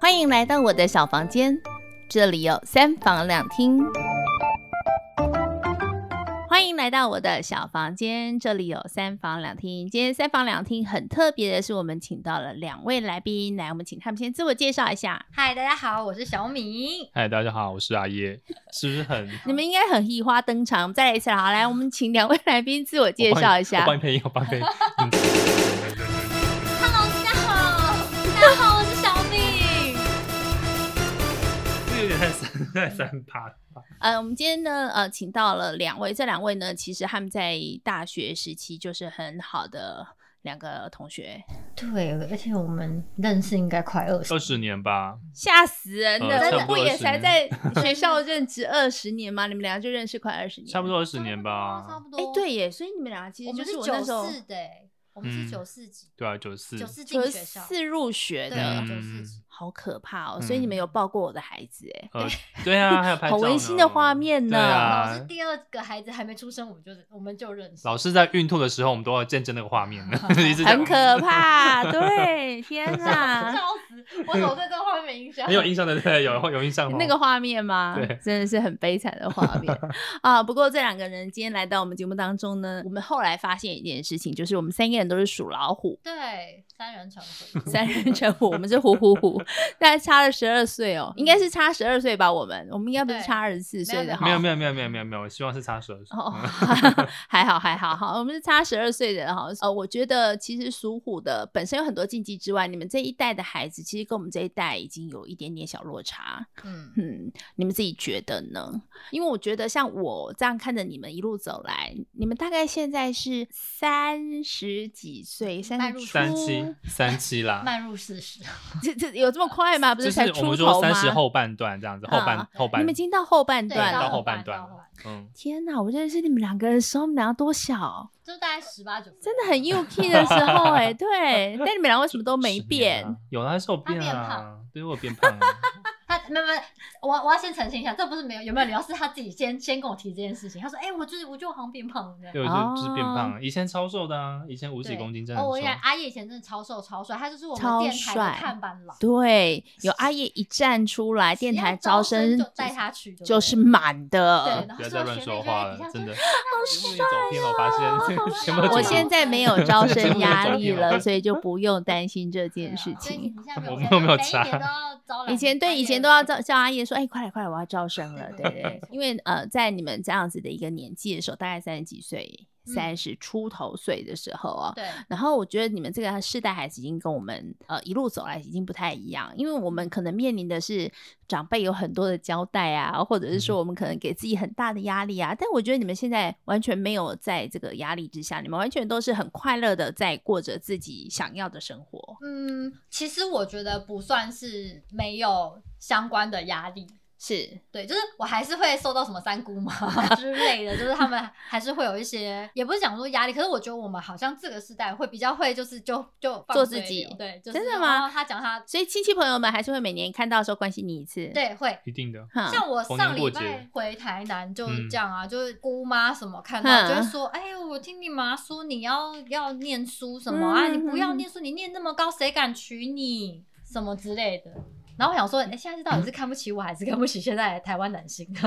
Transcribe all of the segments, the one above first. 欢迎来到我的小房间，这里有三房两厅。欢迎来到我的小房间，这里有三房两厅。今天三房两厅很特别的是，我们请到了两位来宾，来，我们请他们先自我介绍一下。嗨，大家好，我是小米。嗨，大家好，我是阿叶，是不是很？你们应该很移花登场，我们再来一次啦好，来，我们请两位来宾自我 介绍一下我。帮你配音，我帮你 配音。嗯 Hello，大家好，大家好，我是小米。这个有点太三太三趴了吧。呃，我们今天呢，呃，请到了两位，这两位呢，其实他们在大学时期就是很好的两个同学，对，而且我们认识应该快二十二，十年吧，吓死人了！呃差不不多也20才在年 学校任职二十年吗？你们俩就认识快二十年，差不。多二十年哦差吧。不哎、多。对，耶，所以你们俩其我实就们是我九那时候四的欸，我们是嗯九四级，对啊，九四九。四进就学校，四入学对，的嗯，九四级。好可怕哦！所以你们嗯有抱过我的孩子，哎、 呃，对啊，还有拍照好呢温馨的画面呢对老师啊，第二个孩子还没出生，我们就我们就认识。老师在孕吐的时候，我们都要见证那个 画面呢，一直讲 很可怕，对，天 哪！笑死，我老对这个画面印象。，很嗯有印象的，对不对，有有印象哦。那个画面吗？对 真的是很悲惨的画 面啊！不过这两个人今天来到我们节目当中呢，我们后来发现一件事情，就是我们三个人都是属老虎对，三人成 虎。三人成虎，我们是虎虎虎，但差了十二岁哦，应该是差十二岁吧？我们我们应该不是对差二十四岁的哈，没有没有没有没有没有没有，我希望是差十二岁。哦， 还好还好哈，我们是差十二岁的哈。呃，我觉得其实属虎的本身有很多禁忌之外，你们这一代的孩子其实跟我们这一代已经有一点点小落差。嗯，嗯，你们自己觉得呢？因为我觉得像我这样看着你们一路走来，你们大概现在是三十几岁，迈三入十三出期，三期啦，迈入四十， 这这有这么快吗？不就是才我出们说头三吗？十后半段这样子，后半啊后半你们已经到后半对段到了。后半段到后了半，嗯，天哪！我认识你们两个人的时候，你们两个多小，就大概十八九。真的很 U K 的时候哎、 对，但你们俩为什么都没十年变？啊，有啦，还是我他变变啊，对我有变 胖啊。他没有没有，我我要先澄清一下，这不是没有有没有聊，是他自己先先跟我提这件事情。他说：“哎、我就是我就好像变胖了这样。对，我哦就就是变胖了，以前超瘦的啊，以前五对几公斤真的哦，我很跟瘦你讲，。阿叶以前真的超瘦超帅，他就是我们超电台的帅看板佬。对，有阿叶一站出来，电台招生就带他去，对不对就是满的。对不要再乱说话了，真的。好帅我好发现 全部帅都我哦走偏现了在没有招生压力真的了，吗所 以就不用担心这对件啊事所以你情。你现在没有 我在们都没有每一差年都要招揽以前阿对叶以前都要叫叫阿叶说，哎、快来快来，我要招生 了，对对对对对，因为呃，在你们这样子的一个年纪的时候，大概三十几岁、嗯三十出头岁的时候哦，对然后我觉得你们这个世代孩子已经跟我们呃一路走来已经不太一样，因为我们可能面临的是长辈有很多的交代啊，或者是说我们可能给自己很大的压力啊。但我觉得你们现在完全没有在这个压力之下，你们完全都是很快乐的在过着自己想要的生活。嗯，其实我觉得不算是没有相关的压力。是，对，就是我还是会受到什么三 姑妈啊之类的，就是他们还是会有一些，也不是讲说压力，可是我觉得我们好像这个时代会比较会，就是就就放做自飞己流对，就是真的吗哦他讲他所以亲戚朋友们还是会每年看到的时候关心你一次。，对会，一定的，哈嗯像我逢上年礼过拜节回台南就是嗯这样啊，就是姑妈什么看嗯到就会说，哎呦，我听你妈说你要要念书什么啊，嗯你不要嗯念书，你念那么高，谁敢娶你什么之类的。然后我想说，哎、现在是到底是看不起我，还是看不起现在的台湾男性？ 就是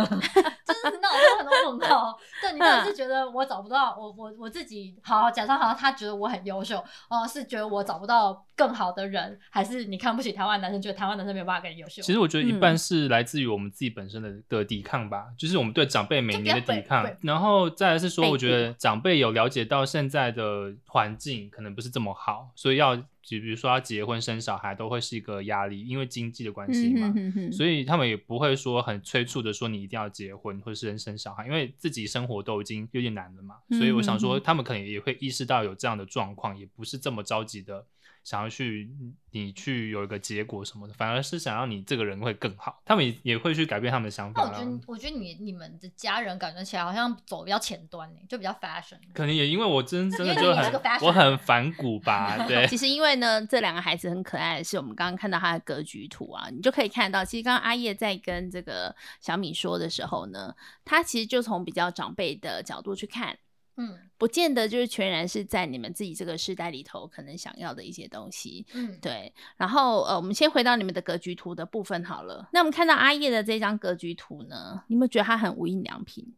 那我很多问号。哦对，你到底是觉得我找不到我我我自己好，假装好像他觉得我很优秀，哦、是觉得我找不到更好的人，还是你看不起台湾男生，觉得台湾男生没有办法更优秀？其实我觉得一嗯半是来自于我们自己本身的的抵抗吧，就是我们对长辈每年的抵就比较抗被，然后再来是说，被我觉得长辈有了解到现在的环境可能不是这么好，所以要比比如说要结婚生小孩都会是一个压力，因为经济的关系嗯嘛。哼哼哼，所以他们也不会说很催促的说你一定要结婚或是生小孩，因为自己生活都已经有点难了嘛。嗯所以我想嗯说，嗯他们可能也会意识到有这样的状况，也不是这么着急的想要去你去有一个结果什么的，反而是想让你这个人会更好。他们也也会去改变他们的想那法我觉啦得。你，我觉得你你们的家人感觉起来好像走比较前端呢，就比较 fashion。可能也因为我真真的因为就你是很个 fashion 我很反骨吧，对其实因为呢，这两个孩子很可爱的是，我们刚刚看到他的格局图啊，你就可以看到，其实刚刚阿叶在跟这个小米说的时候呢，他其实就从比较长辈的角度去看。嗯不见得就是全然是在你们自己这个时代里头可能想要的一些东西。嗯，对，然后呃，我们先回到你们的格局图的部分好了。那我们看到阿叶的这张格局图呢，你有没有觉得它很无印良品？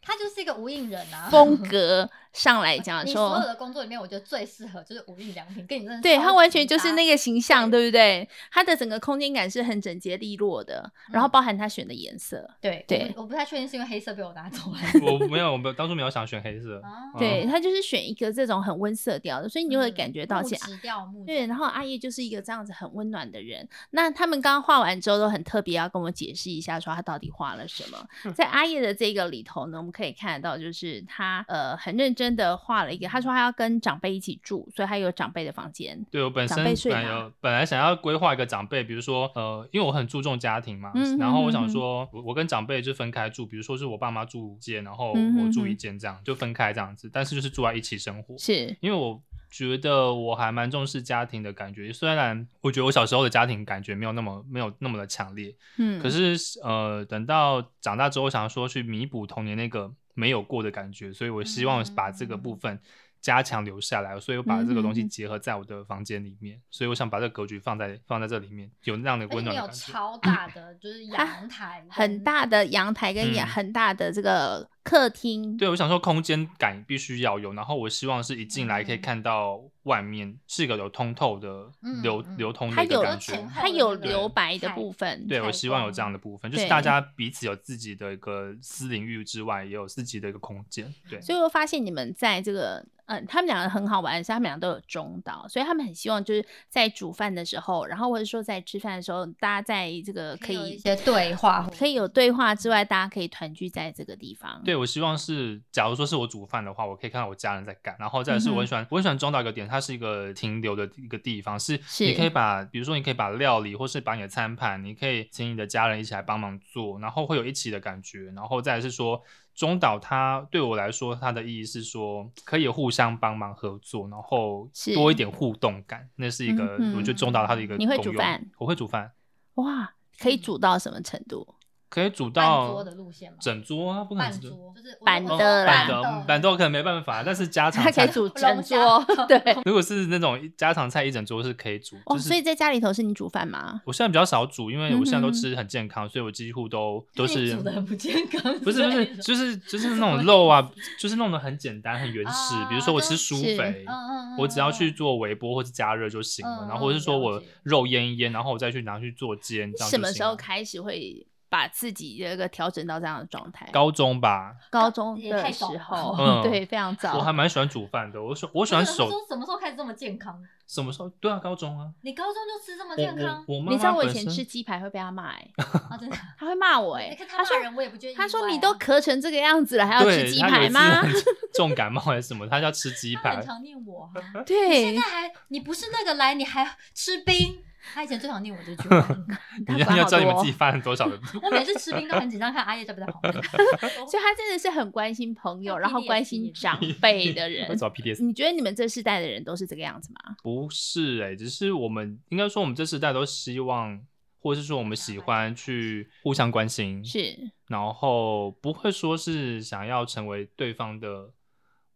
他就是一个无印人啊。风格上来讲你所有说，的工作里面，我觉得最适合就是无印良品，跟你真的对超它完全级就是搭那个形象，对不对？它的整个空间感是很整洁利落的，然后嗯包含他选的颜色，对对我不我不太确定是因为黑色被我拿走了。我没有，我没有当初没有想选黑色，啊对嗯他就是选一个这种很温色调的，所以 你就会感觉到嗯木其实质调木对，质然后阿叶就是一个这样子很温暖的人。那他们刚刚画完之后，都很特别要跟我解释一下，说他到底画了什么。嗯在阿叶的这个里头呢，我们可以看得到，就是他呃很认真的画了一个，他说他要跟长辈一起住，所以他有长辈的房间。对我本长身辈睡本来哪有本来想要规划一个长辈，比如说呃，因为我很注重家庭嘛，嗯然后嗯我嗯想嗯说，我我跟长辈就分开住，比如说是我爸妈住一间，然后嗯嗯我住一嗯间这样，就分开这样子，但是就是住在一起生活，是，因为我觉得我还蛮重视家庭的感觉，虽然我觉得我小时候的家庭感觉没有那么没有那么的强烈，嗯，可是呃，等到长大之后，想说去弥补童年那个没有过的感觉，所以我希望把这个部分加强留下来，所以我把这个东嗯嗯西嗯结合在我的房间里面，所以我想把这个格局放在放在这里面，有那样的而且温你暖的有感觉。超大的就是阳台，很。大的阳台跟也嗯很大的这个客厅，对，我想说空间感必须要有，然后我希望是一进来可以嗯看到外面是一个有通透的嗯流、嗯流通的它一个有感觉。前后它有那个留白的菜部分。对，采我希望有光这样的部分，就是对大家彼此有自己的一个私领域之外，也有自己的一个空间。对，所以我发现你们在这个，嗯，他们两个很好玩，是他们俩都有中岛，所以他们很希望就是在煮饭的时候，然后或者说在吃饭的时候，大家在这个可可以有一以些对话，可以有对话之外，大家可以团聚在这个地方。对，我希望是，假如说是我煮饭的话，我可以看到我家人在干。然后再来是嗯哼我很喜欢，我很喜欢中岛一个点，它是一个停留的一个地方，是是你可以把，比如说你可以把料理，或是把你的餐盘，你可以请你的家人一起来帮忙做，然后会有一起的感觉。然后再来是说，中岛它对我来说，它的意义是说可以互相帮忙合作，然后是多一点互动感，那是一个、嗯哼我觉得中岛它的一个你会功煮用饭？我会煮饭，哇，可嗯以煮到什么程度？可以煮半 到桌的路线嘛，整桌啊，不可能半整桌就是我板我的啦板的嗯板的豆可能没办法，但是家常它可菜以煮整 龙虾桌， 对。如果是那种一家常菜一整桌是可以煮，哦，就是所以在家里头是你煮饭吗？我现在比较少煮，因为嗯我现在都哼吃很健康，所以我几乎都都自己是煮的很不健康，不是不是，就是就是那种肉啊，就是弄得很简单很原始，比如说我吃啊苏哦是肥嗯。嗯嗯，我只要去嗯做微波或是加热就行了，嗯然后或是嗯说了我解肉腌一腌，然后我再去拿去做煎，这样什就么行时候了开始会把自己这个调整到这样的状态？高中吧，高中也的太时早了候， 嗯对，非常早。我还蛮喜欢煮饭的。我喜我喜欢不是他手说什么时候开始这么健康？什么时候？对啊，高中啊，你高中就吃这么我健康我我妈你知道妈我以本前身吃鸡排会被他骂、 欸，啊？真的，啊他会骂我、你欸，看他他骂说人，我也不觉得意外啊。他说你都咳成这个样子了，还要对吃鸡他有一排次吗？很重感冒还是什么？他要吃鸡 他排很，常念我啊，对现在，还你不是那个来，你还吃冰。他以前最常念我这句话， 他你管要要好知道你们多自己犯了 多少的我每次吃冰都很紧张，看阿叶在不在旁边。所 以他真的是很关心朋友，他然后 PDSD 关心长辈的人会。找 PDS？你觉得你们这世代的人都是这个样子吗？不是哎、只是我们应该说我们这时代都希望，或是说我们喜欢去互相关心，是，然后不会说是想要成为对方的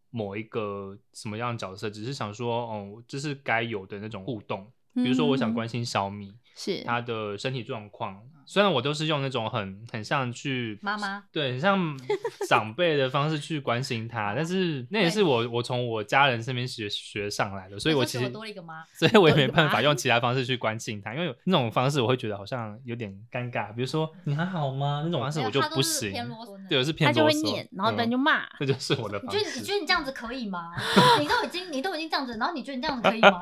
某一个什么样的角色，只是想说，哦，这是该有的那种互动。比如说，我想关心小米，嗯是她的身体状况，虽然我都是用那种很很像去妈妈，对，很像长辈的方式去关心他，但是那也对是我我从我家人身边学学上来的，所以我那其时候实我多了一个妈，所以我也多了一没个办妈法用其他方式去关心他，因为那种方式我会觉得好像有点尴尬，比如说你还好吗那种方式没有我就他不都是行，偏啰嗦的对，我是偏他就啰会嗦，念，然后不然嗯就 骂。这就是我的你方觉得你式。觉得你这样子可以吗？你都已经你都已经这样子，然后你觉得你这样子可以吗？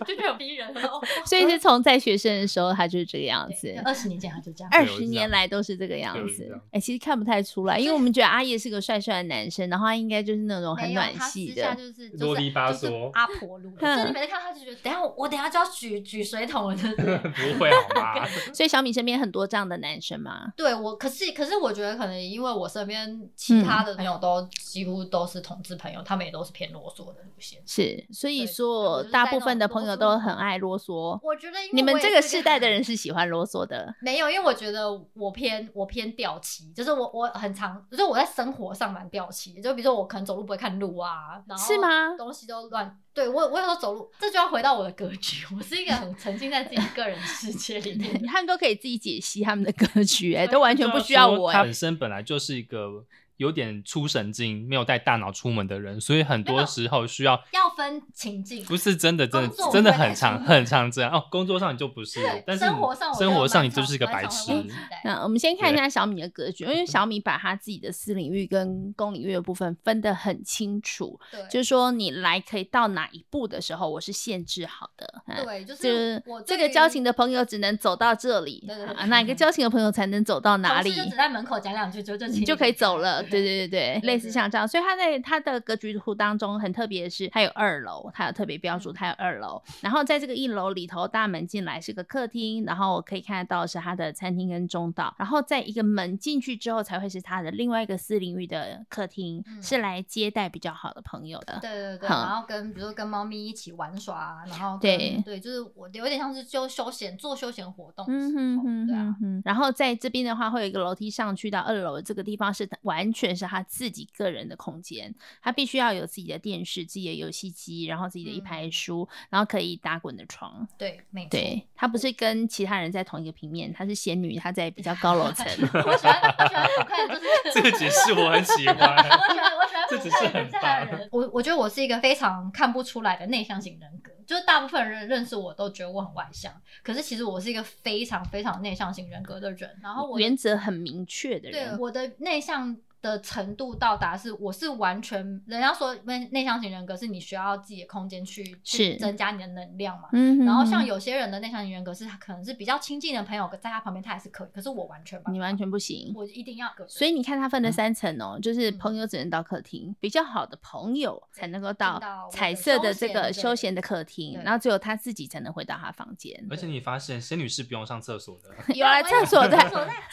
就这种逼人哦。所以是从在学生的时候，他就是这个样子。二十年前他就这样，二对我十是这年样来都是这个样对我是这子样，哎、其实看不太出来，因为我们觉得阿叶是个帅帅的男生，然后他应该就是那种很没有暖他系私下的，就是啰就是里吧就是嗦阿婆路， 嗯就你每次看他就觉得，等一下我我等一下就要举举水桶了，对不 对？不会好吗？所以小米身边很多这样的男生嘛，对我，可是可是我觉得可能因为我身边嗯其他的朋友都几乎都是同志朋友，他们也都是偏啰嗦的路线。是，所以对说就是大在部那分种的啰朋友嗦都很爱啰嗦。我觉得因为哦你们我也这个是世代的人是喜欢啰嗦 的？没有，因为我觉得我偏我偏掉漆，就是我我很常，就是我在生活上蛮掉漆的，就比如说我可能走路不会看路啊，然后是吗东西都乱，对我我有时候走路，这就要回到我的格局，我是一个很沉浸在自己个人世界里面的人。 他们都可以自己解析他们的歌曲、 哎，都完全不就是需要啊说我、他哎本身本来就是一个有点出神经、没有带大脑出门的人，所以很没多有时候需要要分情境，不是真的，真工作的我真的会带很常出门很常这样哦。工作上你就不是对，但是生你活上我生活上你蛮常就是个白蛮常痴 会。忘记带那我们先看一对下小米的格局，因为小米把他自己的私领域跟公领域的部分分得很清楚，对，就是说你来可以到哪一步的时候，我是限制好的。嗯对，就就是是我这对个于交情的朋友只能走到这里，对对对啊哪个交情的朋友才能走到哪里同事？就只在门口讲两句就就你就可以走 了，对对对对对，类似像这样，所以它在它的格局图当中很特别的是，它有二楼，它有特别标注，嗯它有二楼，然后在这个一楼里头，大门进来是个客厅，然后我可以看得到是它的餐厅跟中岛，然后在一个门进去之后才会是它的另外一个私领域的客厅，嗯是来接待比较好的朋友的，对对对，好然后跟比如说跟猫咪一起玩耍啊，然后跟对对，就是我有点像是就休闲做休闲活动的时嗯哼候，哼对哼啊，哼，然后在这边的话，会有一个楼梯上去到二楼，这个地方是他完全是他自己个人的空间，他必须要有自己的电视、自己的游戏机，然后自己的一嗯排书，然后可以打滚的床。对，没错。对，他不是跟其他人在同一个平面，他是仙女，他在比较高 楼层。我喜欢我喜欢捕快，就是 这个解释我很 喜欢。我喜欢我喜欢这捕只快是人很家的人。我我觉得我是一个非常看不出来的内向型人格，就是大部分人认识我都觉得我很外向，可是其实我是一个非常非常内向型人格的人。然后我的原则很明确的对人，我的内向的程度到达是，我是完全人家说内内向型人格是你需要自己的空间去去是增加你的能量嘛。嗯哼然后像哼有些人的内向型人格是，他可能是比较亲近的朋友在他旁边，他还是可以，可是我完全吧，你完全不行。我一定要隔着，所以你看，它分了嗯三层哦，就是嗯朋友只能到客厅，比较好的朋友才能够到到我的彩色的休这个闲的休闲的客厅，对啊然后只有他自己才能回到他房间。 而且你发现仙女是不用上厕所的，有来厕所在厕在所在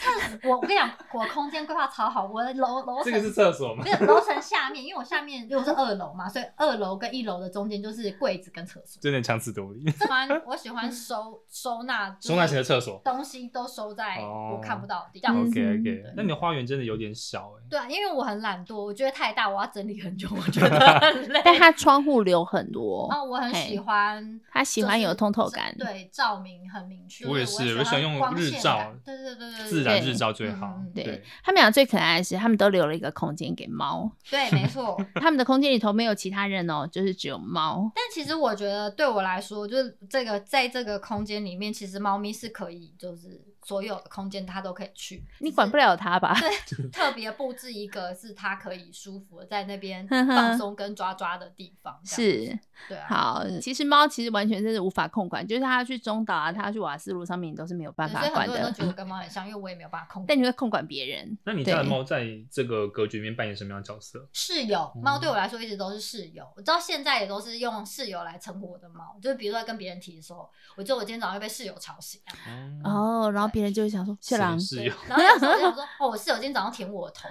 厕所，我我跟你讲，我空间规划超好，我的楼楼这个是层。厕所吗没？有楼层下面，因为我下面因为我是二楼嘛，所以二楼跟一楼的中间就是柜子跟厕所。真的强词 夺理。喜欢我喜欢收收纳，就是收纳型的厕所。东西都收在哦我看不到的地方。嗯 OK 嗯 OK，那你的花园真的有点小哎。对啊，因为我很懒惰，我觉得太大，我要整理很久，我觉 得很累。但他窗户留很多，哦，我很喜欢，他喜欢有通透感。就是对，照明很明确。我也，就是我喜欢我想用光日线照感，对对对对，对自然对日照最好嗯嗯嗯。对他们俩最可爱的是，他们都留了一个空间给猫，对，没 错。他们的空间里头没有其他人哦，就是只有猫。但其实我觉得对我来说，就是这个在这个空间里面，其实猫咪是可以，就是所有的空间它都可以去，你管不了它吧？对，啊特别布置一个是它可以舒服地在那边放松跟抓抓的地方，这样是，对啊。好，其实猫其实完全真是无法控管，就是它要去中岛啊，它要去瓦斯炉上面，你都是没有办对法所以很管多人都的。嗯觉得我跟猫很像，因为我也没有办法控制。但你会控管别人，那你家的对猫在这个格局里面扮演什么样的角色？室友嗯猫对我来说一直都是室友，我到现在也都是用室友来称呼我的猫。就是比如说跟别人提的时候，我觉得我今天早上又被室友吵醒啊，嗯哦，然后别人就会想说，谢狼室友然后有时候我就想说，哦，我室友今天早上舔我 的头，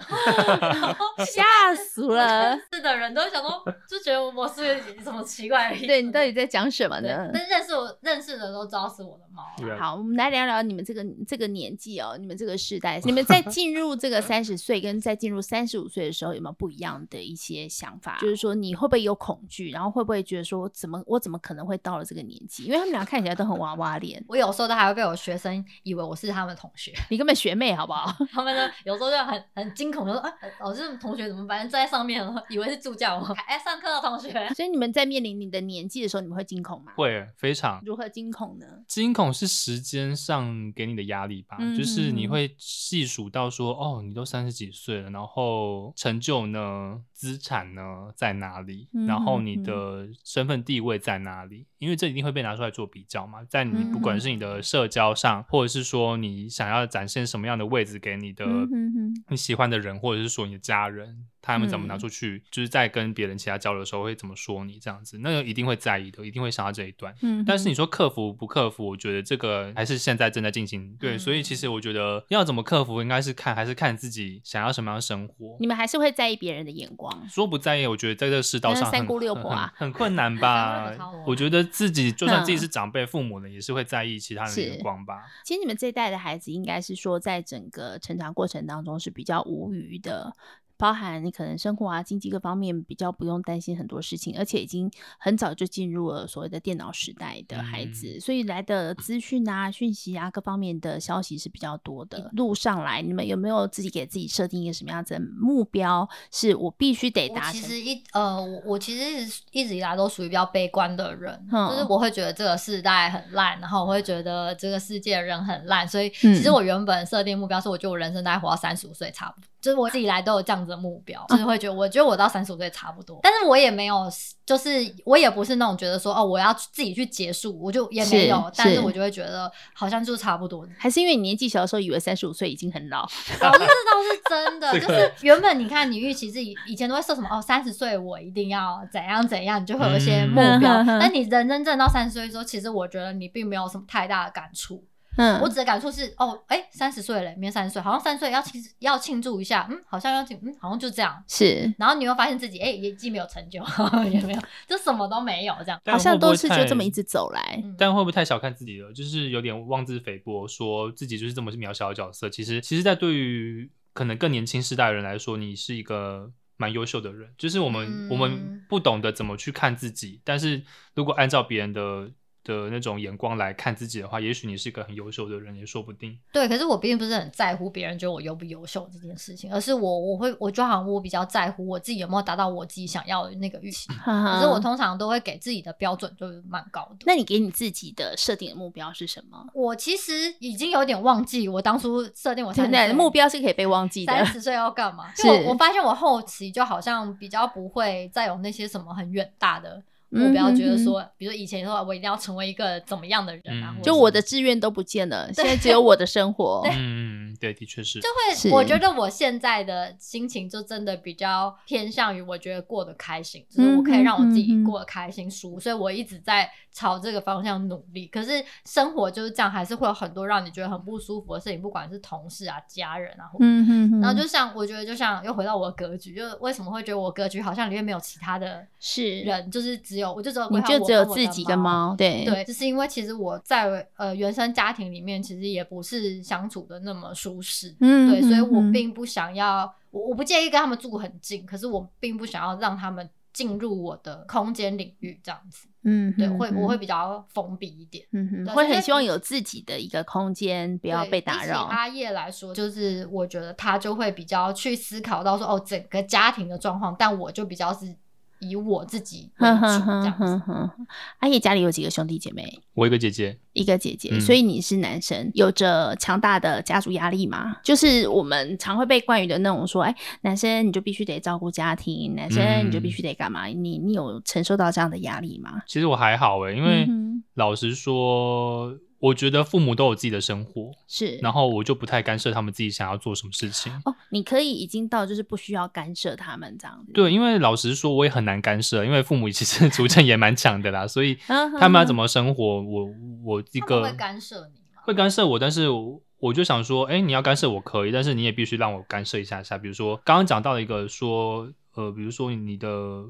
吓死了，是的人都想说，就觉得我是不是有什么奇怪的意 思。对你到底在讲嗯什么对呢？但认识我认识的都知道是我的猫啊、对啊好，我们来聊聊你们这个这个年纪哦，你们这个世代，你们 在进入这个三十岁跟在进入三十五岁的时候，有没有不一样的一些想法？就是说，你会不会有恐惧，然后会不会觉得说，怎么我怎么可能会到了这个年纪？因为他们俩看起来都很娃娃脸，我有时候都还会被我学生以为我是他们的同学，你根本学妹好不好？ 他们呢有时候就很很惊恐，就说啊，老师同学怎么反正站在上面了，以为是助教哦， 哎，上课了同学，所以你们在面临你的年纪的时候，你们会惊恐吗？会非常如何惊恐呢？惊恐是时间上给你的压力吧，嗯就是你嗯嗯会细数到说，哦，你都三十几岁了，然后成就呢，资产呢在哪里，嗯然后嗯你的身份地位在哪里，因为这一定会被拿出来做比较嘛，在你嗯不管是你的社交上，或者是说你想要展现什么样的位置给你的嗯哼哼你喜欢的人，或者是说你的家人，他们怎么拿嗯出去，就是在跟别人其他交流的时候会怎么说你这样子，那个一定会在意的，一定会想到这一段。嗯但是哼你说克服不克服，我觉得这个还是现在正在进行。对，所以嗯其实我觉得要怎么克服，应该是看还是看自己想要什么样的生活。你们还是会在意别人的眼光，说不在意，我觉得在这个世道那上三很姑六婆啊很很困 难三姑吧六婆超。我我觉得自己就算自己嗯是长辈、父母的，也是会在意其他人的是眼光吧。其实你们这一代的孩子，应该是说在整个成长过程当中是比较无虞的，包含你可能生活啊、经济各方面比较不用担心很多事情，而且已经很早就进入了所谓的电脑时代的孩子，所以来的资讯啊、讯息啊各方面的消息是比较多的。一路上来，你们有没有自己给自己设定一个什么样子的目标？是我必须得我达其成？实一呃，我我其实一直一直以来都属于比较悲观的人，嗯就是我会觉得这个世代很烂，然后我会觉得这个世界的人很烂，所以其实嗯我原本设定目标是，我觉得我人生大概活到三十五岁差不多，就是我一直以来都有这样子的目标，啊就是会觉得我觉得我到三十五岁差不多，但是我也没有，就是我也不是那种觉得说哦我要自己去结束，我就也没是有，但是是我就会觉得好像就差不多，还是因为你年纪小的时候以为三十五岁已经很老，哦，这倒是 真的，这就个是原本你看你预期自己以前都会设什么哦，三十岁我一定要怎样怎样，你就会有一些目标。嗯但你人真正到三十岁的时候，其实我觉得你并没有什么太大的感触。嗯我只的感触是哦，哎，三十岁了，明天三十岁，好像三十岁要庆要庆祝一下，嗯，好像要庆，嗯，好像就这样。是然后你会发现自己哎，也既没有成就， 也没有，就什么都没有这样。 但好像会不会都是就太这么一直走来，嗯但会不会太小看自己了？就是有点妄自菲薄，说自己就是这么渺小的角色。其实，其实，在对于可能更年轻时代的人来说，你是一个蛮优秀的人。就是我嗯们、我们不懂得怎么去看自己，但是如果按照别人的的那种眼光来看自己的话，也许你是一个很优秀的人，也说不定。对，可是我并不是很在乎别人觉得我优不优秀这件事情，而是我我会我就好像我比较在乎我自己有没有达到我自己想要的那个预期。可可是我通常都会给自己的标准就是蛮高的。那你给你自己的设定的目标是什么？我其实已经有点忘记我当初设定我现现在在的目标是可以被忘记哦三 的。十岁要干嘛？是因为我我发现我后期就好像比较不会再有那些什么很远大的目嗯标，觉得说，比如说以前说我一定要成为一个怎么样的人啊，嗯或者就我的志愿都不见了，现在只有我的生活。 嗯，对，的确是。就是会，我觉得我现在的心情就真的比较偏向于我觉得过得开心，就是我可以让我自己嗯哼嗯哼过得开心舒服，所以我一直在朝这个方向努力。可是生活就是这样，还是会有很多让你觉得很不舒服的事情，不管是同事啊、家人啊，或嗯哼哼然后就像我觉得，就像又回到我的格局，就是为什么会觉得我格局好像里面没有其他的是人，就是只有我就只有你规划就我只跟有我自的己跟猫，对对，就是因为其实我在呃原生家庭里面，其实也不是相处的那么舒适，嗯对，所以我嗯嗯并不想要，我我不介意跟他们住很近，可是我并不想要让他们进入我的空间领域，这样子，嗯对，哼会哼我会比较封闭一点。嗯哼，对会所以很希望有自己的一个空间，不不要被打扰。阿叶来说，就是我觉得他就会比较去思考到说，哦，整个家庭的状况，但我就比较是以我自己为哼主哼这哼样子哼。哼，阿叶家里有几个兄弟姐妹？我一个姐姐，一个姐姐，嗯所以你是男生，有着强大的家族压力嘛？就是我们常会被冠以的那种说，哎，男生你就必须得照顾家庭，男生你就必嗯须得干嘛？你你有承受到这样的压力吗？其实我还好欸诶，因为嗯哼老实说，我觉得父母都有自己的生活，是，然后我就不太干涉他们自己想要做什么事情。哦，你可以已经到就是不需要干涉他们这样子。对，因为老实说，我也很难干涉，因为父母其实 主见也蛮强的啦，所以嗯哼他们要怎么生活，我我一他们个会干涉你吗？会干涉我，但是我我就想说，哎，你要干涉我可以，但是你也必须让我干涉一下下。比如说刚刚讲到了一个说，呃，比如说你的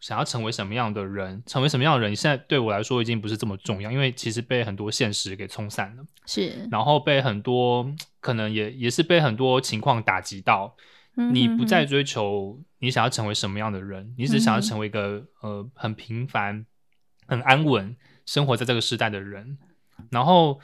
想要成为什么样的人，成为什么样的人，现在对我来说已经不是这么重要，因为其实被很多现实给冲散了，是，然后被很多可能也也是被很多情况打击到，嗯你哼不再哼嗯追求你想要成为什么样的人，你只想要成为一个呃很平凡、很安稳生活在这个时代的人。然后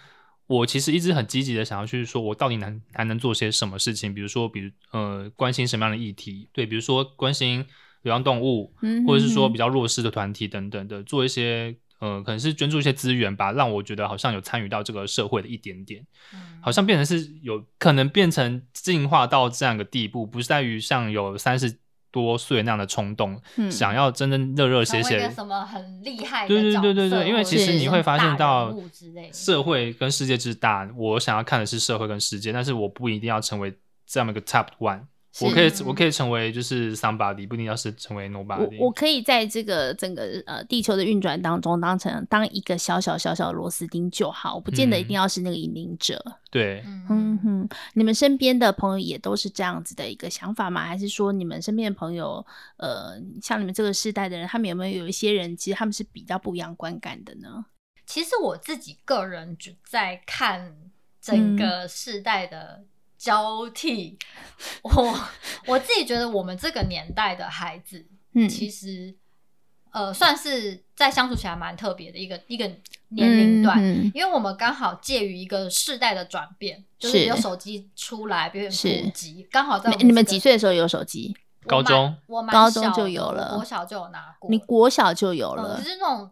我其实一直很积极的想要去说，我到底能还能做些什么事情？比如说，比如呃关心什么样的议题？对，比如说关心流浪动物，嗯或者是说哼比较弱势的团体等等的，做一些呃可能是捐助一些资源吧，让我觉得好像有参与到这个社会的一点点。嗯好像变成是有可能变成进化到这样一个地步，不是在于像有三十多岁那样的冲动，嗯想要真真热热成血为一个血。什么很厉害的对对角对对色对，因为或者其是实你会发大现人到物之类的社会跟世界之大，我想要看的是社会跟世界，但是我不一定要成为这样一个 top one。我可以是我可以成为就是 somebody，不一定要是成为我 nobody。我可以在这个整个呃地球的运转当中，当成当一个小小小小的螺丝钉就好，我不见得一定嗯要是那个引领者。对，嗯嗯，哼，你们身边的朋友也都是这样子的一个想法吗？还是说你们身边的朋友，呃，像你们这个世代的人，他们有没有有一些人，其实他们是比较不一样观感的呢？其实我自己个人就在看嗯整个世代的交替，我我自己觉得我们这个年代的孩子，嗯，其实呃算是在相处起来蛮特别的一个一个年龄段，嗯因为我们刚好介于一个世代的转变，就是是有手机出来，比如是普及，刚好在哼我你你们这个几？岁的时候有手机？我高蛮中我蛮高中小就的有我了我小就有拿过，你国小就有嗯了就，是那种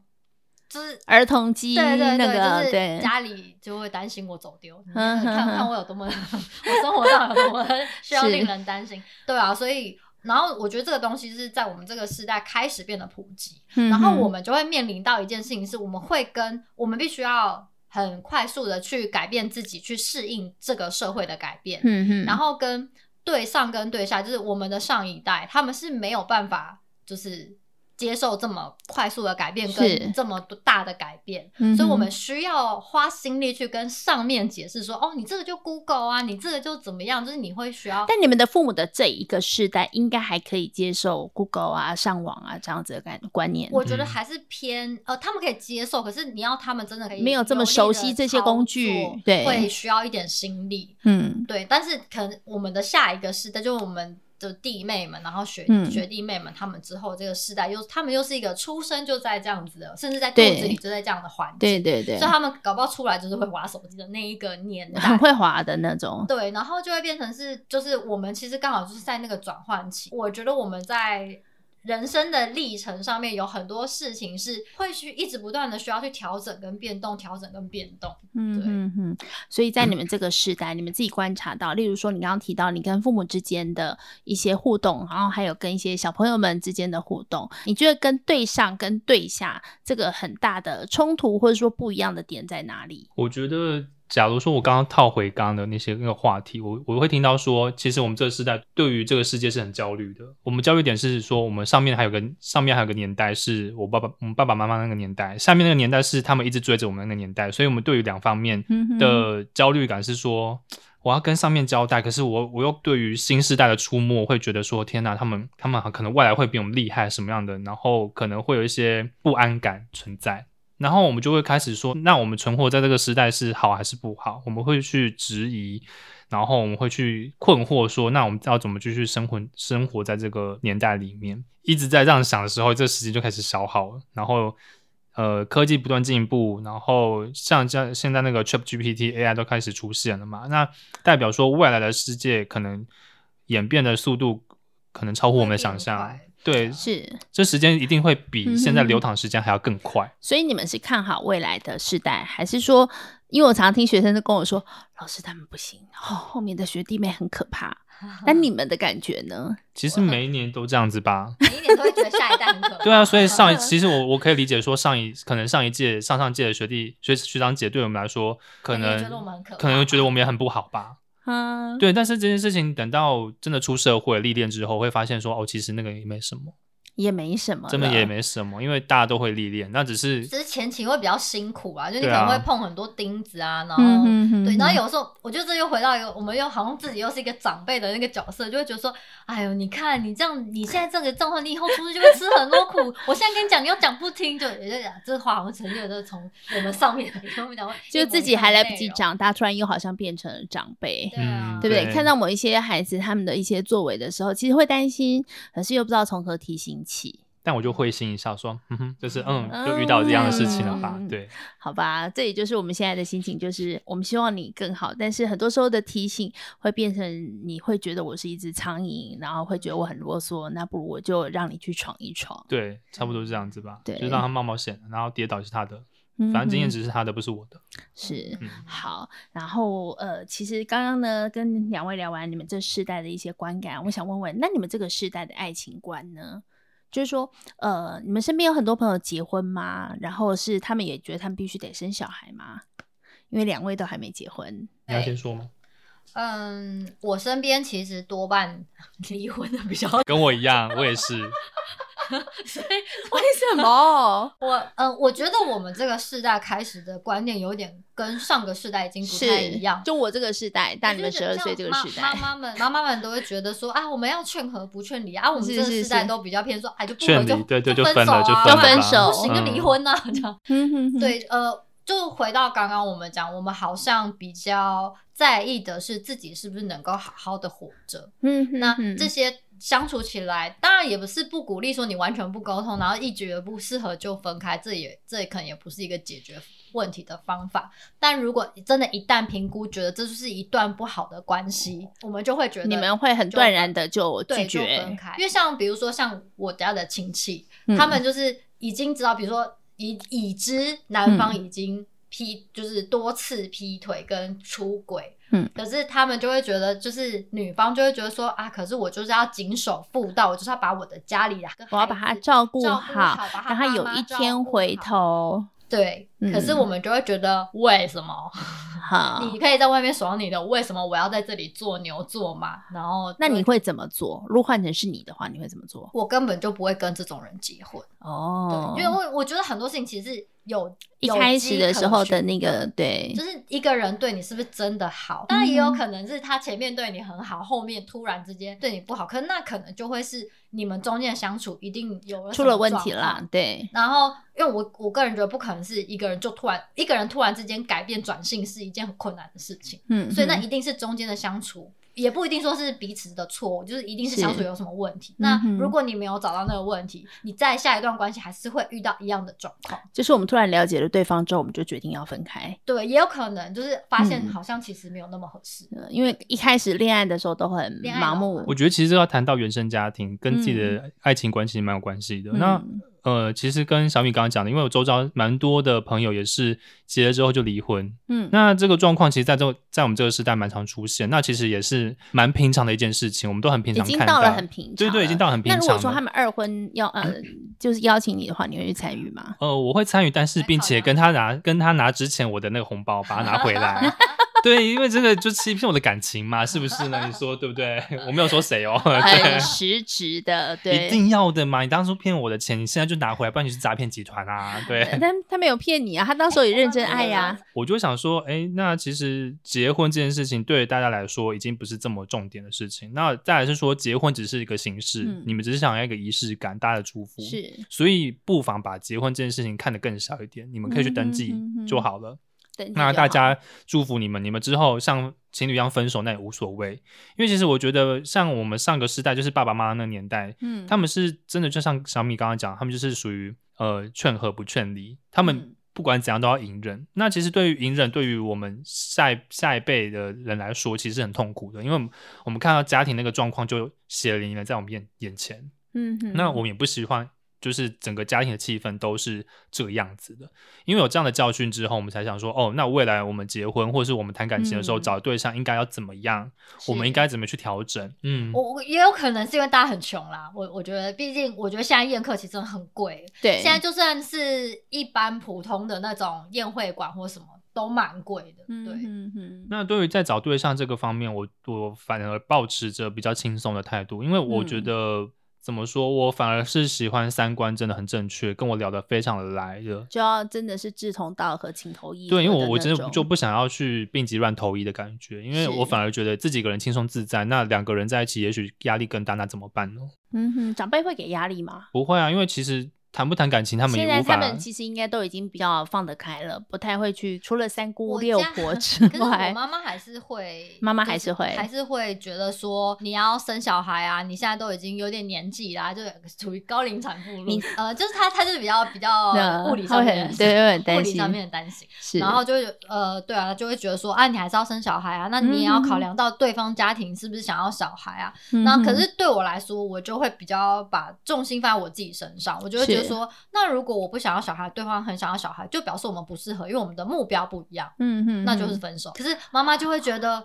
就是儿童机对对对，那个就是对，嗯家里就会担心我走丢，你哼看哼看我有多么，我 生活上有 多么需要是令人担心。对啊，所以然后我觉得这个东西是在我们这个时代开始变得普及，嗯然后我哼们就会面临到一件事情，是我们会跟我们必须要很快速的去改变自己，去适应这个社会的改变。嗯哼，然后跟对上跟对下，就是我们的上一代，他们是没有办法就是接受这么快速的改变是跟这么大的改变，嗯所以我哼们需要花心力去跟上面解释说，哦，你这个就 Google 啊，你这个就怎么样，就是你会需要。但你们的父母的这一个世代，应该还可以接受 Google 啊、上网啊这样子的感观念。我觉得嗯还是偏呃，他们可以接受，可是你要他们真的可以没有这么力地熟悉这些操工具作对会需要一点心力。嗯，对，但是可能我们的下一个世代就是我们的弟妹们，然后学、嗯学弟妹们，他们之后这个世代又他们又是一个出生就在这样子的，甚至在肚对子里就在这样的环境，对对对所以，他们搞不好出来就是会玩手机的那一个年很代。会滑的那种。对，然后就会变成是，就是我们其实刚好就是在那个转换期。我觉得我们在人生的历程上面有很多事情是会去一直不断的需要去调整跟变动，调整跟变动。嗯对嗯嗯。所以在你们这个世代，你们自己观察到，例如说你刚刚提到你跟父母之间的一些互动，然后还有跟一些小朋友们之间的互动，你觉得跟对上跟对下这个很大的冲突或者说不一样的点在哪里？我觉得，假如说我刚刚套回刚刚的那些那个话题，我我会听到说，其实我们这个时代对于这个世界是很焦虑的。我们焦虑点是说，我们上面还有个上面还有个年代是我爸爸我们爸爸妈妈那个年代，下面那个年代是他们一直追着我们那个年代，所以我们对于两方面嗯哼的焦虑感是说。我要跟上面交代，可是我我又对于新时代的出没会觉得说，天哪，他们他们可能未来会比我们厉害什么样的，然后可能会有一些不安感存在。然后我们就会开始说，那我们存活在这个时代是好还是不好？我们会去质疑，然后我们会去困惑说，那我们要怎么继续生活生活在这个年代里面？一直在这样想的时候，这时间就开始消耗了。然后，呃，科技不断进步，然后像这样现在那个 Chat GPT AI 都开始出现了嘛，那代表说未来的世界可能演变的速度可能超乎我们的想会象变快。对，是，这时间一定会比现在嗯哼流淌时间还要更快。所以你们是看好未来的世代，还是说，因为我常听学生都跟我说，老师他们不行，哦，后面的学弟妹很可怕。嗯那你们的感觉呢？其实每一年都这样子吧。每一年都会觉得下一代很可怕。 对啊，所 以上一其实我我可以理解说上一可能上一届上上届的学弟学学长姐对我们来说，可能能觉得我们很可怕可能觉得我们也很不好吧。嗯，对，但是这件事情等到真的出社会历练之后，会发现说哦，其实那个也没什么，也没什么了，真的也没什么，因为大家都会历练，那只是只是前期会比较辛苦啊，就你对可啊能会碰很多钉子啊，然后、嗯哼哼对，哼然后有时候我觉得这又回到一个，我们又好像自己又是一个长辈的那个角色，就会觉得说，哎呦，你看你这样，你现在这个状况，你以后出去就会吃很多苦。我现在跟你讲，你又讲不听，就也就讲这话好像陈旧，都是从我们上面跟我们讲过， 就自己还来不及讲，长大，突然又好像变成了长辈。对啊嗯，对不对？哦对看到某一些孩子他们的一些作为的时候，其实会担心，可是又不知道从何提醒起。但我就会心一笑说，嗯哼，就是嗯，就遇到这样的事情了吧？嗯对，好吧，这也就是我们现在的心情，就是我们希望你更好，但是很多时候的提醒会变成你会觉得我是一只苍蝇，然后会觉得我很啰嗦，那不如我就让你去闯一闯。对，差不多是这样子吧。对就让他冒冒险，然后跌倒是他的，嗯反正经验哼值是他的，不是我的。是嗯好，然后呃，其实刚刚呢跟两位聊完你们这世代的一些观感，我想问问，那你们这个世代的爱情观呢？就是说，呃，你们身边有很多朋友结婚吗？然后是他 们也觉得他们必须得生小孩吗？因为两位都还没结婚，你要先说吗？嗯，我身边其实多半离婚的比较， 跟我一样，我也是。所以为什 么？我嗯，我觉得我们这个世代开始的观念有点跟上个世代已经不太是一样。就我这个时代，哎大你们十二岁这个时代，妈妈妈们妈妈们都会觉得说啊，我们要劝和不劝离啊，我们是这个是时代是都比较偏说，哎，就不劝合就离对对就就分手了就嗯啊，哦分了就分手不行就离婚呐、啊，这样。嗯哼 哼，对，呃，就回到刚刚我们讲，我们好像比较在意的是自己是不是能够好好的活着。嗯哼哼，那这些相处起来，当然也不是不鼓励说你完全不沟通，然后一觉得不适合就分开，这也这也可能也不是一个解决问题的方法。但如果真的，一旦评估觉得这就是一段不好的关系，我们就会觉得你们会很就断然的就拒对就分绝，开。因为像比如说像我家的亲戚，嗯他们就是已经知道，比如说已已知男方已经劈，就是多次劈腿跟出轨。嗯可是他们就会觉得，就是女方就会觉得说啊，可是我就是要谨守妇道，我就是要把我的家里啊，跟我要孩把他子照顾照好，把他让他爸有妈一照天顾回好。头，对，可是嗯我们就会觉得为什么、好，你可以在外面爽你的，为什么我要在这里做牛做马？然后那就你会怎么做？如果换成是你的话，你会怎么做？我根本就不会跟这种人结婚。哦，对，因为我我觉得很多事情其实有一有开迹始的可时候的循那个，对就，是一个人对你是不是真的好，当然也有嗯可能是他前面对你很好，后面突然之间对你不好，可是那可能就会是你们中间相处一定有了出什了么问状题况啦。，对，然后，因为我我个人觉得不可能是一个人就突然一个人突然之间改变转性是一件很困难的事情，嗯，所以那嗯一定是中间的相处。也不一定说是彼此的错，就是一定是相处是有什么问题。嗯那哼如果你没有找到那个问题，你在下一段关系还是会遇到一样的状况。就是我们突然了解了对方之后，我们就决定要分开。对，也有可能就是发现嗯好像其实没有那么合适。呃因为一开始恋爱的时候都很恋爱脑盲目，我觉得其实这要谈到原生家庭跟自己的爱情关系蛮有关系的。那嗯呃，其实跟小米刚刚讲的，因为我周遭蛮多的朋友也是结了之后就离婚，嗯，那这个状况其实在这在我们这个时代蛮常出现，那其实也是蛮平常的一件事情，我们都很平已常经看到了很平常，对对，已经。到很平那常如了。嗯果说他们二婚要呃，就是邀请你的话，你会去参与 吗？呃，我会参与，但是还并好且啦跟他拿跟他拿之前我的那个红包，把它拿 回来。对，因为这个就欺骗我的感情嘛，是不是呢？你说对不对？ 我没有说谁哦，很实质的，哎对，一定 要的嘛！你当初骗我的钱，你现在就拿回来，不然你是诈骗集团啊！对，但他没有骗你啊，他到时候也认真爱 呀、啊我就会想说，哎，那其实结婚这件事情对大家来说已经不是这么重点的事情。那再来是说，结婚只是一个形式，嗯你们只是想要一个仪式感，大家的祝啊福。是所以不妨把结婚这件事情看得更小一点，你们可以去登记嗯哼哼就好了。登记就好那大家祝福你们，你们之后像情侣一样分手那也无所谓，因为其实我觉得像我们上个世代，就是爸爸妈妈那年代，嗯，他们是真的就像小米刚刚讲，他们就是属于呃劝和不劝离，他嗯们不管怎样都要隐忍。那其实对于隐忍，对于我们下一下一辈的人来说，其实很痛苦的，因为我们我们看到家庭那个状况就血淋淋的在我们眼眼前。嗯哼，那我们也不喜欢，就是整个家庭的气氛都是这个样子的。因为有这样的教训之后，我们才想说，哦，那未来我们结婚或者是我们谈感情的时候，嗯找对象应该要怎么样？是我们应该怎么去调整？嗯，我我也有可能是因为大家很穷啦，我我觉得，毕竟我觉得现在宴客其实真的很贵，对，现在就算是一般普通的那种宴会馆或什么都蛮贵的，对。嗯哼那对于在找对象这个方面，我我反而保持着比较轻松的态度，因为我觉嗯得、怎么说，我反而是喜欢三观真的很正确，跟我聊得非常的来的。就要真的是志同道合、情投意合对，因为我的我那真的种就不想要去病急乱投医的感觉，因为是我反而觉得自己一个人轻松自在，那两个人在一起也许压力更大，那怎么办呢？嗯哼，长辈会给压力吗？不会啊，因为其实谈不谈感情，他们也现在无法他。们其实应该都已经比较放得开了，不太会去除了三姑我六家婆 之可是我外，妈妈还是会，妈妈就还是会还是会觉得说你要生小孩啊，你现在都已经有点年纪啦，就处于高龄产妇路你，呃，就是她，她就是比较 比较那物理她上会面很的对 会很物担理心上面的担心。是，然后就会呃，对啊，就会觉得说啊，你还是要生小孩啊，那你也要考量到对方家庭是不是想要小孩啊。嗯那、哼可是对我来说，我就会比较把重心放在我自己身上，我就会觉得是说，那如果我不想要小孩，对方很想要小孩，就表示我们不适合，因为我们的目标不一样，嗯哼，那就是嗯。分手。可是妈妈就会觉得，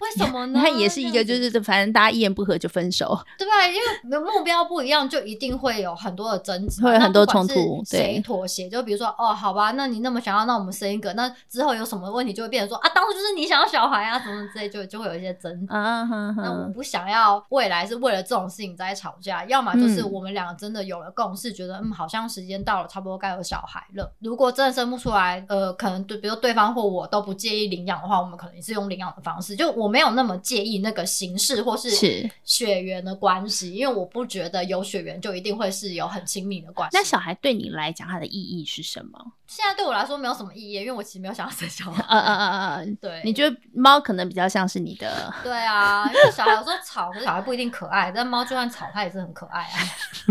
为什 么呢？他也是一这个，样就子是反正大家一言不合就分手，对吧？因为目标不一样，就一定会有很多的争执嘛，会有那很多不管冲突是谁对妥协，就比如说，哦，好吧，那你那么想要，那我们生一个，那之后有什么问题，就会变成说啊，当初就是你想要小孩啊，什么之类，就就会有一些争执。啊哈那我哈，不想要未来是为了这种事情在吵架，要么就是嗯我们两个真的有了共识，觉得嗯好像时间到了，差不多该有小孩了。如果真的生不出来，呃，可能对，比如对方或我都不介意领养的话，我们可能也是用领养的方式，就我没有那么介意那个形式或是是。血缘的关系，因为我不觉得有血缘就一定会是有很亲密的关系。那小孩对你来讲，它的意义是什么？现在对我来说没有什么意义，因为我其实没有想要生小孩。呃呃呃呃，对，你觉得猫可能比较像是你的对啊，因为小孩有时候吵，可是小孩不一定可爱，但猫就算吵，它也是很可爱啊。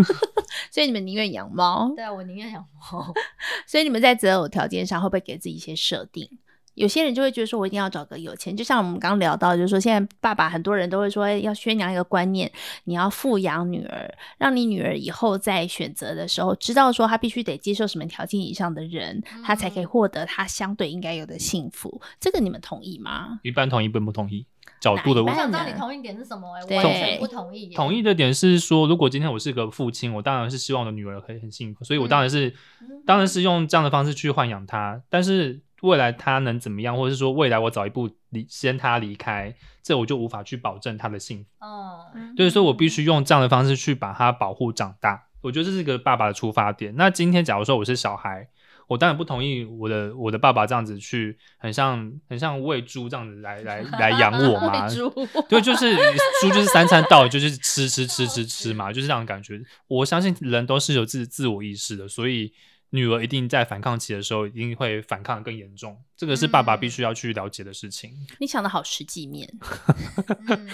所以你们宁愿养猫，对啊，我宁愿养猫。所以你们在择偶条件上会不会给自己一些设定？有些人就会觉得说，我一定要找个有钱，就像我们刚聊到，就是说现在爸爸很多人都会说哎要宣扬一个观念，你要富养女儿，让你女儿以后在选择的时候知道说她必须得接受什么条件以上的人，她才可以嗯获得她相对应该有的幸福。这个你们同意吗？一半同意，一半不同意。角度的哪一我半想问题，知道呢你同意点是什么、欸？对我完全不同意、欸。同意的点是说，如果今天我是个父亲，我当然是希望我的女儿可以很幸福，所以我当然是、嗯当然是用这样的方式去豢养她。但是未来她能怎么样，或者是说未来我早一步离先她离开，这我就无法去保证她的幸福。嗯，对，所以我必须用这样的方式去把她保护长大。我觉得这是一个爸爸的出发点。那今天假如说我是小孩，我当然不同意我的我的爸爸这样子去，很像很像喂猪这样子来 来来养我嘛。对，就是猪就是三餐到，就是吃吃吃吃吃嘛，就是这样的感觉。我相信人都是有自自我意识的，所以女儿一定在反抗期的时候，一定会反抗得更严重。这个是爸爸嗯必须要去了解的事情。你想的好实际面，嗯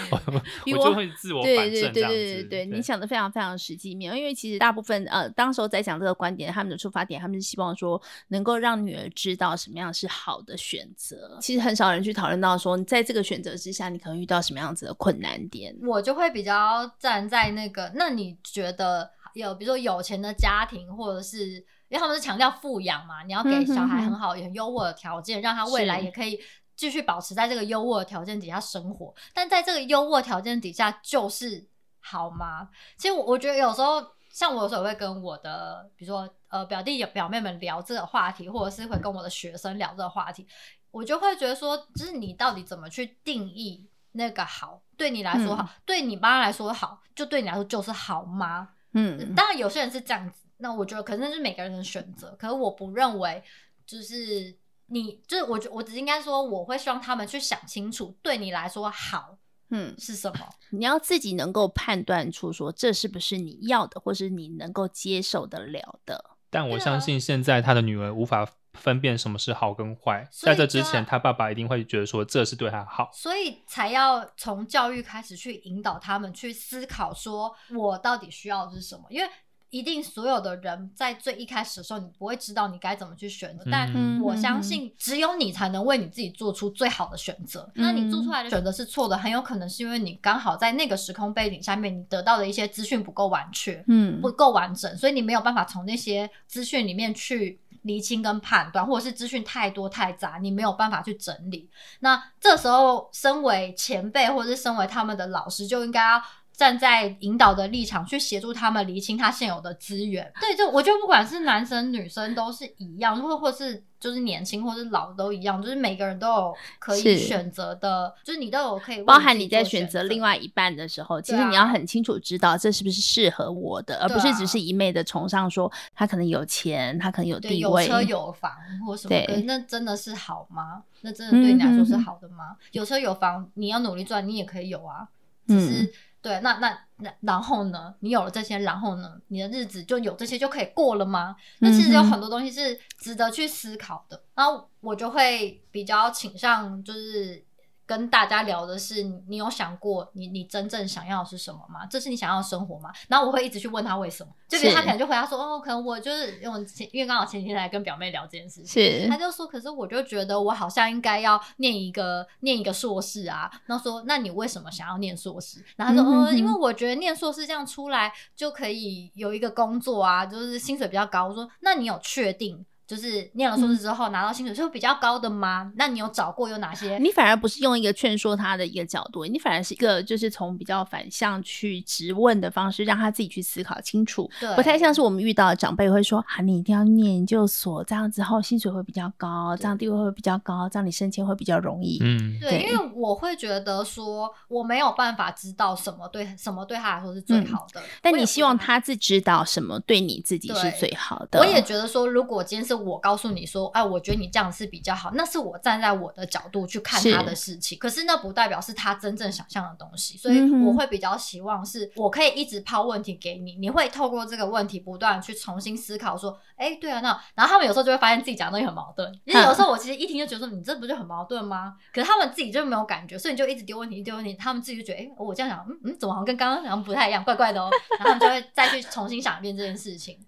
比我就会自我对反对正对这样子。对对，你想的非常非常实际面，因为其实大部分呃，当时候在讲这个观点，他们的出发点，他们是希望说能够让女儿知道什么样是好的选择。其实很少人去讨论到说，在这个选择之下，你可能遇到什么样子的困难点。我就会比较站在那个，那你觉得有，比如说有钱的家庭，或者是因为他们是强调富养嘛，你要给嗯小孩嗯嗯很好、很优渥的条件，让他未来是也可以继续保持在这个优渥的条件底下生活。但在这个优渥条件底下，就是好吗？其实我我觉得有时候，像我有时候也会跟我的，比如说呃表弟表妹们聊这个话题，或者是会跟我的学生聊这个话题，我就会觉得说，就是你到底怎么去定义那个好？对你来说好，对你妈来说好，就对你来说就是好吗？嗯，当然，有些人是这样子，那我觉得可能是每个人的选择。可是我不认为，就是你，就是我觉，我只是应该说，我会希望他们去想清楚，对你来说好嗯，是什么。你要自己能够判断出说这是不是你要的，或是你能够接受得了的。但我对啊相信现在他的女儿无法分辨什么是好跟坏，所在以这就之要前，他爸爸一定会觉得说这是对他好。所以才要从教育开始去引导他们去思考，说我到底需要的是什么？因为一定所有的人在最一开始的时候，你不会知道你该怎么去选择，嗯但我相信只有你才能为你自己做出最好的选择。那你做出来的选择是错的，很有可能是因为你刚好在那个时空背景下面，你得到的一些资讯不够完全。嗯不够完整，所以你没有办法从那些资讯里面去厘清跟判断，或者是资讯太多太杂，你没有办法去整理。那这时候，身为前辈或者是身为他们的老师，就应该要。站在引导的立场去协助他们厘清他现有的资源，对，就我觉得不管是男生女生都是一样，或或是就是年轻或是老都一样，就是每个人都有可以是选择的，就是你都有可以为包含自己你在做选择另外一半的时候，其对实你要啊很清楚知道这是不是适合我的，而对不是啊只是一昧的崇尚说他可能有钱，他可能有对，地有位，嗯车有房或什么对嗯的，那真的是好吗？那真的对你来说是好的吗？有车有房，你要努力赚，你也可以有啊。只是、嗯对，那那那然后呢？你有了这些，然后呢？你的日子就有这些就可以过了吗？那其实有嗯哼很多东西是值得去思考的。然后我就会比较倾向就是。跟大家聊的是，你你有想过你你真正想要的是什么吗？这是你想要的生活吗？然后我会一直去问他为什么，就比如是他可能就回答说，哦，可能我就是因为我前因为刚好前几天才跟表妹聊这件事情，是他就说，可是我就觉得我好像应该要念一个念一个硕士啊。然后说，那你为什么想要念硕士？然后他嗯说，哼嗯、哼因为我觉得念硕士这样出来就可以有一个工作啊，就是薪水比较高。我说，那你有确定？就是念了硕嗯士之后拿到薪水是会比较高的吗？那你有找过有哪 些？你反而不是用一个劝说他的一个角度，你反而是一个就是从比较反向去质问的方式，让他自己去思考清楚。对，不太像是我们遇到的长辈会说啊，你一定要念研究所，这样子后薪水会比较高，这样地位会比较高，这样你升迁会比较容易。嗯，对，对因为我会觉得说我没有办法知道什么对什么对他来说是最嗯好的。但我也你不希望知道他自知道什么对你自己是对最好的。我也觉得说，如果今天是我告诉你说，哎，我觉得你这样是比较好，那是我站在我的角度去看他是的事情，可是那不代表是他真正想象的东西，所以嗯哼我会比较希望是我可以一直抛问题给你，你会透过这个问题不断地去重新思考说，哎，对啊，那然后他们有时候就会发现自己讲的东西很矛盾，因为有时候我其实一听就觉得说，你这不就很矛盾吗？可是他们自己就没有感觉，所以你就一直丢问题，一直丢问题，他们自己就觉得，哎，我这样想，嗯嗯，怎么好像跟刚刚好像不太一样，怪怪的哦，然后他们就会再去重新想一遍这件事情。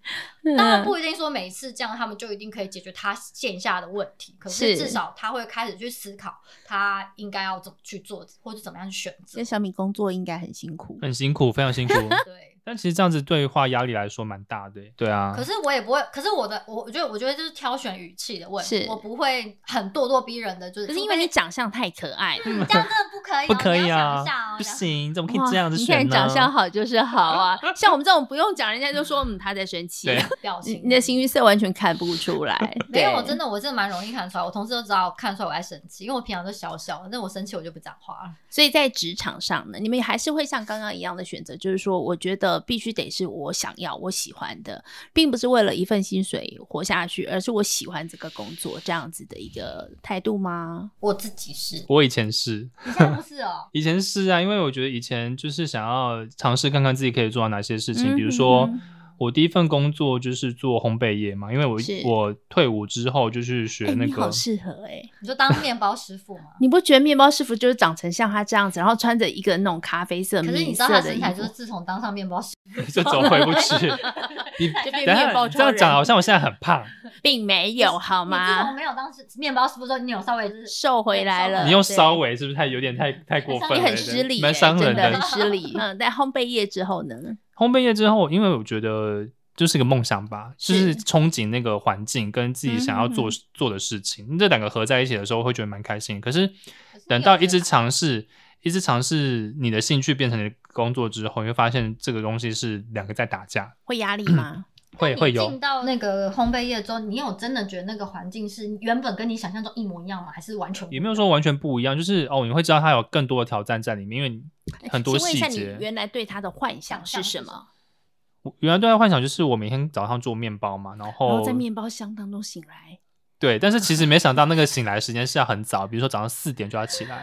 当然嗯不一定说每次这样他们就一定可以解决他线下的问题，可是是至少他会开始去思考他应该要怎么去做，或者怎么样去选择跟。小米工作应该很辛苦。很辛苦，非 常辛苦。对，但其实这样子对话压力来说蛮大的欸，对啊。可是我也不会，可是我的我我觉得我觉得就是挑选语气的问题，是我不会很咄咄逼人的，就是可是因为你长相太可爱，嗯这样真的不可以哦，不可你要以想啊一下哦，不然后行，怎么可以哇这样子你选看呢？长相好就是好 啊，像我们这种不用讲，人家就说嗯他在生气对，表你情，你的形于色完全看不出 来。没有，对我真的我真的蛮容易看出来，我同事都知道看出来我在生气，因为我平常都小小的，但我生气我就不讲话了。所以在职场上呢，你们还是会像刚刚一样的选择，就是说，我觉得必须得是我想要、我喜欢的，并不是为了一份薪水活下去，而是我喜欢这个工作这样子的一个态度吗？我自 己是，我以前是，，你现在不是哦以前是啊，因为我觉得以前就是想要尝试看看自己可以做到哪些事情，比如说嗯哼我第一份工作就是做烘焙业嘛，因为我是我退伍之后就去学哎那你个好，适合哎、你就当面包师傅嘛。你不觉得面包师傅就是长成像他这样子，然后穿着一个那种咖啡色、可是你米知道色他的身衣材就是服，自从当上面包师， 就走回啊不 去。你就等变一下面包你这样超人讲好像我现在很胖，并没有好你自从吗？没有当时面包师傅之后，你有稍微就是瘦回来了，你用嗯对稍微是不是太有点太太过分了？你很对失礼、蛮欸，伤人真的很失礼。嗯，在烘焙业之后呢，烘焙业之后，因为我觉得就是个梦想吧，就是是憧憬那个环境跟自己想要做、嗯做的事情，这两个合在一起的时候，会觉得蛮开心。可是是等到一你有觉直得尝试，一直尝试你的兴趣变成你的工作之后，你会发现这个东西是两个在打架，会 压力吗？会你会进有。到那个烘焙业之后，你有真的觉得那个环境是原本跟你想象中一模一样吗？还是完全不一也样没有说完全不一样，就是哦，你会知道它有更多的挑战在里面，因为很多请问一细下，你节。原来对他的幻想是什么？我原来对他幻想就是我每天早上做面包嘛，然然后后在面包箱当中醒来，对，但是其实没想到那个醒来时间是要很早，比如说早上四点就要起来。